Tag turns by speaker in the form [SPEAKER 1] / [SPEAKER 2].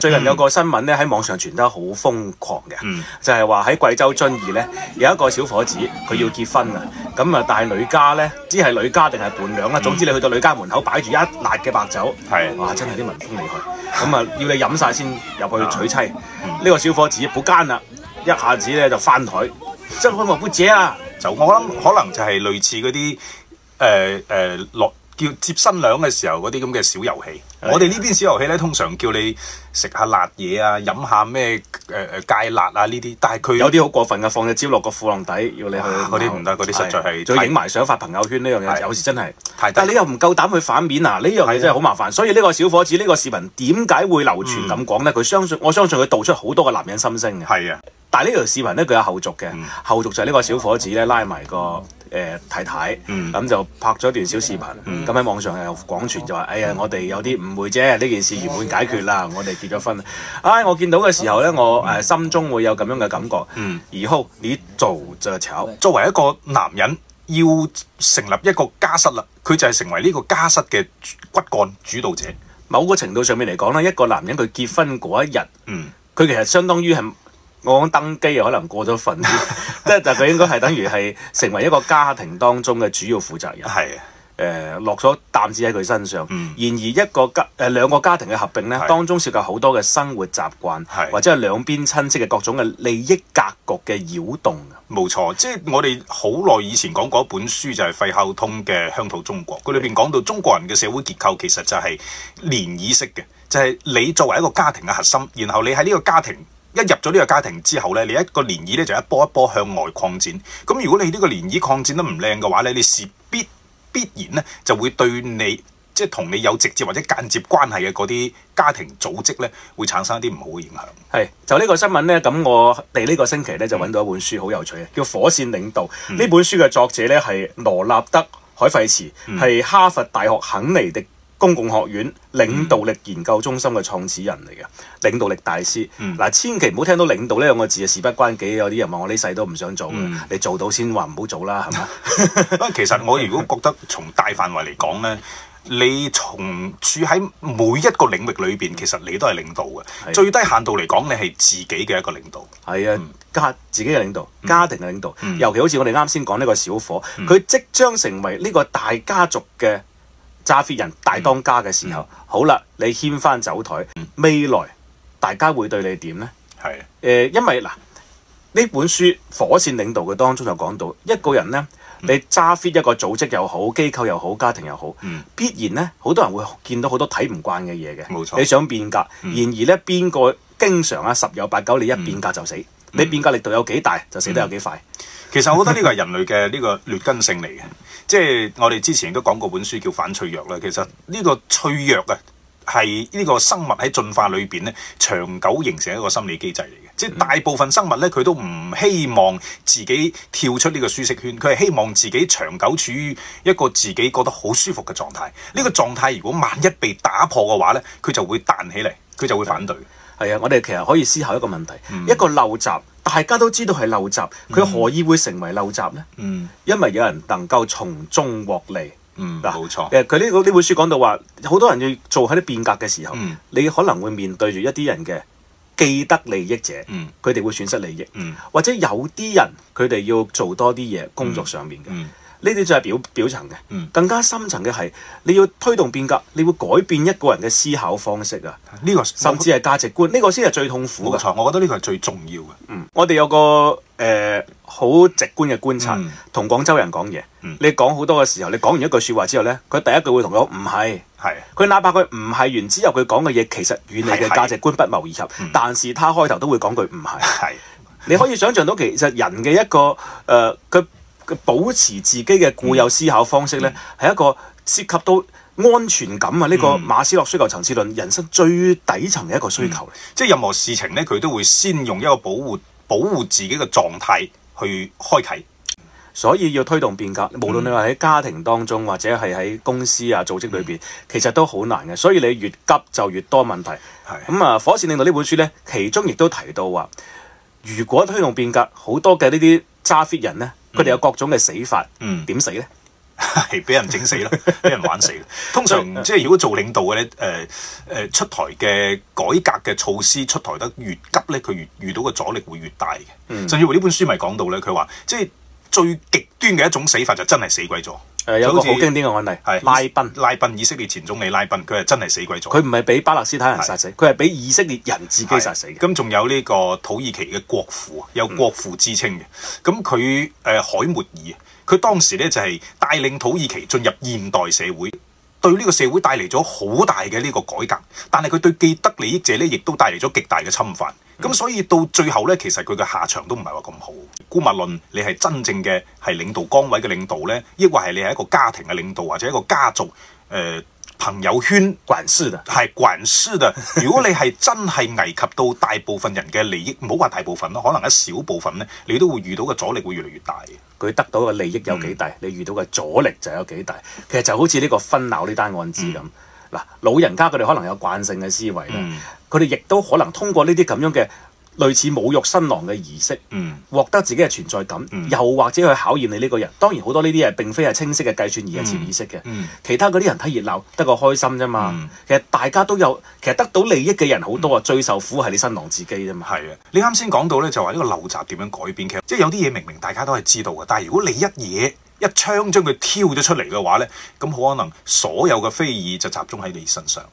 [SPEAKER 1] 最近有個新聞咧喺網上傳得好瘋狂嘅，
[SPEAKER 2] 嗯
[SPEAKER 1] 就係話喺貴州遵義咧有一個小伙子佢要結婚啊，咁啊但係女家咧，知係女家定係伴娘啦，啊總之你去到女家門口擺住一辣嘅白酒，
[SPEAKER 2] 嗯係
[SPEAKER 1] 哇真係啲民風嚟去， 咁啊要你飲晒先入去娶妻，
[SPEAKER 2] 啊
[SPEAKER 1] 呢、
[SPEAKER 2] 嗯
[SPEAKER 1] 個小伙子不奸啦，一下子咧就翻台，真開幕不姐啊！
[SPEAKER 2] 就我諗可能就係類似嗰啲誒誒落叫接新娘嘅時候嗰啲咁嘅小遊戲。
[SPEAKER 1] 係
[SPEAKER 2] 我哋呢邊小遊戲咧，通常叫你食下辣嘢啊，飲下咩誒誒芥辣啊呢啲，但係佢
[SPEAKER 1] 有啲好過分嘅，放隻蕉落個褲浪底，要你去
[SPEAKER 2] 啊嗰啲唔得嗰啲實在係
[SPEAKER 1] 仲要影埋相發朋友圈呢樣嘢，
[SPEAKER 2] 係
[SPEAKER 1] 有時真係
[SPEAKER 2] 太低
[SPEAKER 1] 但係你又唔夠膽去反面啊！呢樣嘢真係好麻煩。所以呢個小伙子呢個市民點解會流傳
[SPEAKER 2] 嗯
[SPEAKER 1] 咁講呢？佢相信我相信佢道出好多個男人心聲嘅。
[SPEAKER 2] 係啊，
[SPEAKER 1] 但係呢條視頻咧，佢有後續嘅，
[SPEAKER 2] 嗯
[SPEAKER 1] 後續就係呢個小伙子咧拉埋個誒、呃太太，咁、
[SPEAKER 2] 嗯
[SPEAKER 1] 就拍咗一段小視頻，咁喺、網上又廣傳就話：哎呀，我哋有啲誤會啫，呢件事圓滿解決啦，我哋結咗婚。唉、我見到嘅時候咧，
[SPEAKER 2] 嗯
[SPEAKER 1] 我誒、呃心中會有咁樣嘅感覺。以後你做就炒，
[SPEAKER 2] 作為一個男人。要成立一個家室啦，佢就係成為呢個家室嘅骨幹主導者。
[SPEAKER 1] 某個程度上面嚟講咧，一個男人佢結婚嗰一日，
[SPEAKER 2] 嗯，
[SPEAKER 1] 佢其實相當於係我講登基啊，可能過咗 份，即係但佢應該係等於係成為一個家庭當中嘅主要負責人。
[SPEAKER 2] 係
[SPEAKER 1] 誒
[SPEAKER 2] 啊，
[SPEAKER 1] 呃落咗擔子喺佢身上。
[SPEAKER 2] 嗯
[SPEAKER 1] 然而一個家誒、呃兩個家庭嘅合併呢，
[SPEAKER 2] 係
[SPEAKER 1] 當中涉及好多嘅生活習慣，
[SPEAKER 2] 係
[SPEAKER 1] 或者係兩邊親戚嘅各種嘅利益格局嘅擾動。啊
[SPEAKER 2] 冇錯，即係我哋好耐以前講過一本書就係費孝通嘅《鄉土中國》，佢裏邊講到中國人嘅社會結構其實就係連議式嘅，就係、你作為一個家庭嘅核心，然後你喺呢個家庭一入咗呢個家庭之後呢，你一個連議呢就一波一波向外擴展。咁如果你呢個連議擴展得唔靚嘅話呢，你是必必然呢就會對你。即係同你有直接或者間接關係嘅嗰啲家庭組織呢，會產生一啲唔好嘅影響。
[SPEAKER 1] 係就呢個新聞呢，咁我哋呢個星期呢，就揾到一本書好有趣嘅，叫《火線領導》。呢、本書嘅作者呢，係羅納德·海費茨，係、哈佛大學肯尼迪公共學院領導力研究中心嘅創始人嚟嘅，領導力大師。嗱、千祈唔好聽到領導呢兩個字啊，事不關己。有啲人話我呢世都唔想做嘅，你做到先話唔好做啦，係嘛？
[SPEAKER 2] 啊，其實我如果覺得從大範圍嚟講呢，你從處喺每一個領域裏邊，其實你都係領導嘅。最低限度嚟講，你係自己嘅一個領導。
[SPEAKER 1] 係啊，家自己嘅領導，家庭嘅領導，尤其好似我哋啱先講呢個小伙，佢即將成為呢個大家族嘅揸 fit 人、大當家嘅時候，好啦，你牽翻走台，未來大家會對你點呢？
[SPEAKER 2] 係
[SPEAKER 1] 誒、呃因為嗱呢本書《火線領導》嘅當中就講到，一個人呢，你揸 fit 一個組織又好、機構又好、家庭又好，必然呢，好多人會見到好多睇唔慣嘅嘢嘅。
[SPEAKER 2] 冇錯
[SPEAKER 1] 你想變革，然而呢，邊個經常啊十有八九你一變革就死，你變革力度有幾大就死得有幾快。
[SPEAKER 2] 其實我覺得呢個係人類嘅呢個劣根性嚟嘅，即係我哋之前都講過本書叫《反脆弱》啦。其實呢個脆弱啊，係呢個生物喺進化裏邊咧，長久形成一個心理機制嚟嘅。即
[SPEAKER 1] 嗯
[SPEAKER 2] 係大部分生物咧，佢都唔希望自己跳出呢個舒適圈，佢係希望自己長久處於一個自己覺得好舒服嘅狀態。呢、
[SPEAKER 1] 嗯
[SPEAKER 2] 個狀態如果萬一被打破嘅話咧，佢就會彈
[SPEAKER 1] 嗯
[SPEAKER 2] 起嚟，佢就會反對。
[SPEAKER 1] 係啊，我哋其實可以思考一個問題，一個陋習，大家都知道係陋習，佢何以會成為陋習呢？
[SPEAKER 2] 嗯
[SPEAKER 1] 因為有人能夠從中獲利。
[SPEAKER 2] 嗯，
[SPEAKER 1] 嗱
[SPEAKER 2] 冇錯。
[SPEAKER 1] 誒，佢呢個呢本書講到話，好多人要做喺啲變革嘅時候，
[SPEAKER 2] 嗯
[SPEAKER 1] 你可能會面對住一啲人嘅既得利益者，
[SPEAKER 2] 嗯
[SPEAKER 1] 佢哋、會損失利益，
[SPEAKER 2] 嗯
[SPEAKER 1] 或者有啲人佢哋要做多啲嘢工作上面嘅，
[SPEAKER 2] 嗯
[SPEAKER 1] 呢啲就係表表層嘅，
[SPEAKER 2] 嗯
[SPEAKER 1] 更加深層嘅係你要推動變革，你會改變一個人嘅思考方式啊，
[SPEAKER 2] 呢個
[SPEAKER 1] 甚至係價值觀，呢、個先係最痛苦嘅。
[SPEAKER 2] 冇錯，我覺得呢個係最重要嘅。
[SPEAKER 1] 我哋有個誒好、直觀嘅觀察
[SPEAKER 2] 嗯，
[SPEAKER 1] 同、廣州人講嘢，
[SPEAKER 2] 嗯
[SPEAKER 1] 你講好多嘅時候，你講完一句説話之後呢，佢第一句會同你講唔係。
[SPEAKER 2] 係。
[SPEAKER 1] 佢哪怕佢唔係完之後，佢講嘅嘢其實與你嘅
[SPEAKER 2] 係係
[SPEAKER 1] 價值觀不謀而合，
[SPEAKER 2] 嗯
[SPEAKER 1] 但是他開頭都會講句唔 係。
[SPEAKER 2] 係
[SPEAKER 1] 你可以想象到其實人嘅一個誒，呃佢、佢保持自己嘅固有思考方式呢，
[SPEAKER 2] 嗯
[SPEAKER 1] 係、一個涉及到安全感啊！呢、個馬斯洛需求層次論人生最底層嘅一個需求嚟。
[SPEAKER 2] 即係任何事情咧，佢都會先用一個保護保護自己嘅狀態去開啟。
[SPEAKER 1] 所以要推動變革，
[SPEAKER 2] 嗯
[SPEAKER 1] 無論你話喺家庭當中或者係喺公司啊組織裏邊，
[SPEAKER 2] 嗯
[SPEAKER 1] 其實都好難嘅。所以你越急就越多問題。
[SPEAKER 2] 係
[SPEAKER 1] 咁啊，《火線領導》呢本書呢，其中亦都提到話，如果推動變革，好多嘅呢啲揸 fit 人呢，佢哋有各種嘅死法，
[SPEAKER 2] 嗯
[SPEAKER 1] 點死呢？
[SPEAKER 2] 係俾人整死啦，俾人玩死啦。通常即係如果做領導嘅咧，誒、誒、出台嘅改革嘅措施出台得越急咧，佢越遇到嘅阻力會越大嘅。甚至乎呢本書咪講到咧，佢話即係最極端嘅一種死法就真係死鬼咗。
[SPEAKER 1] 誒有個
[SPEAKER 2] 就
[SPEAKER 1] 好
[SPEAKER 2] 似
[SPEAKER 1] 經典嘅案例，
[SPEAKER 2] 係
[SPEAKER 1] 拉賓，
[SPEAKER 2] 拉賓以色列前總理拉賓，佢係真係死鬼咗。
[SPEAKER 1] 佢唔係俾巴勒斯坦人殺死，佢係俾以色列人自己殺死嘅。
[SPEAKER 2] 咁仲有呢個土耳其嘅國父，啊有國父之稱嘅。咁佢誒海末爾，啊佢當時咧就係、帶領土耳其進入現代社會。對呢個社會帶嚟咗好大嘅呢個改革，但係佢對既得利益者咧，亦都帶嚟咗極大嘅侵犯。咁所以到最後咧，其實佢嘅下場都唔係話咁好。姑勿論你係真正嘅係領導崗位嘅領導咧，抑或係你係一個家庭嘅領導，或者一個家族誒、呃朋友圈
[SPEAKER 1] 管事的，
[SPEAKER 2] 係管事嘅。如果你係真係危及到大部分人嘅利益，唔好話大部分咯，可能一小部分咧，你都會遇到嘅阻力會越嚟越大嘅。
[SPEAKER 1] 佢得到嘅利益
[SPEAKER 2] 嗯
[SPEAKER 1] 有幾大，你遇到嘅阻力就有幾大。其實就好似呢個分鬧呢單案子
[SPEAKER 2] 嗯
[SPEAKER 1] 咁。嗱，老人家佢哋可能有慣性嘅思維啦，佢哋亦都可能通過呢啲咁樣嘅類似侮辱新郎嘅儀式，
[SPEAKER 2] 嗯
[SPEAKER 1] 獲得自己嘅存在感，又或者去考驗你呢個人。當然好多呢啲嘢並非係清晰嘅計算，而係潛意識嘅。
[SPEAKER 2] 嗯
[SPEAKER 1] 其他嗰啲人睇熱鬧得個開心啫嘛。其實大家都有，其實得到利益嘅人好多啊，最受苦係你新郎自己啫嘛。
[SPEAKER 2] 係啊，你啱先講到咧，就話呢個陋習點樣改變，其實即係有啲嘢明明大家都係知道嘅，但係如果你一嘢一槍將佢挑咗出嚟嘅話咧，咁好可能所有嘅非議就集中喺你身上。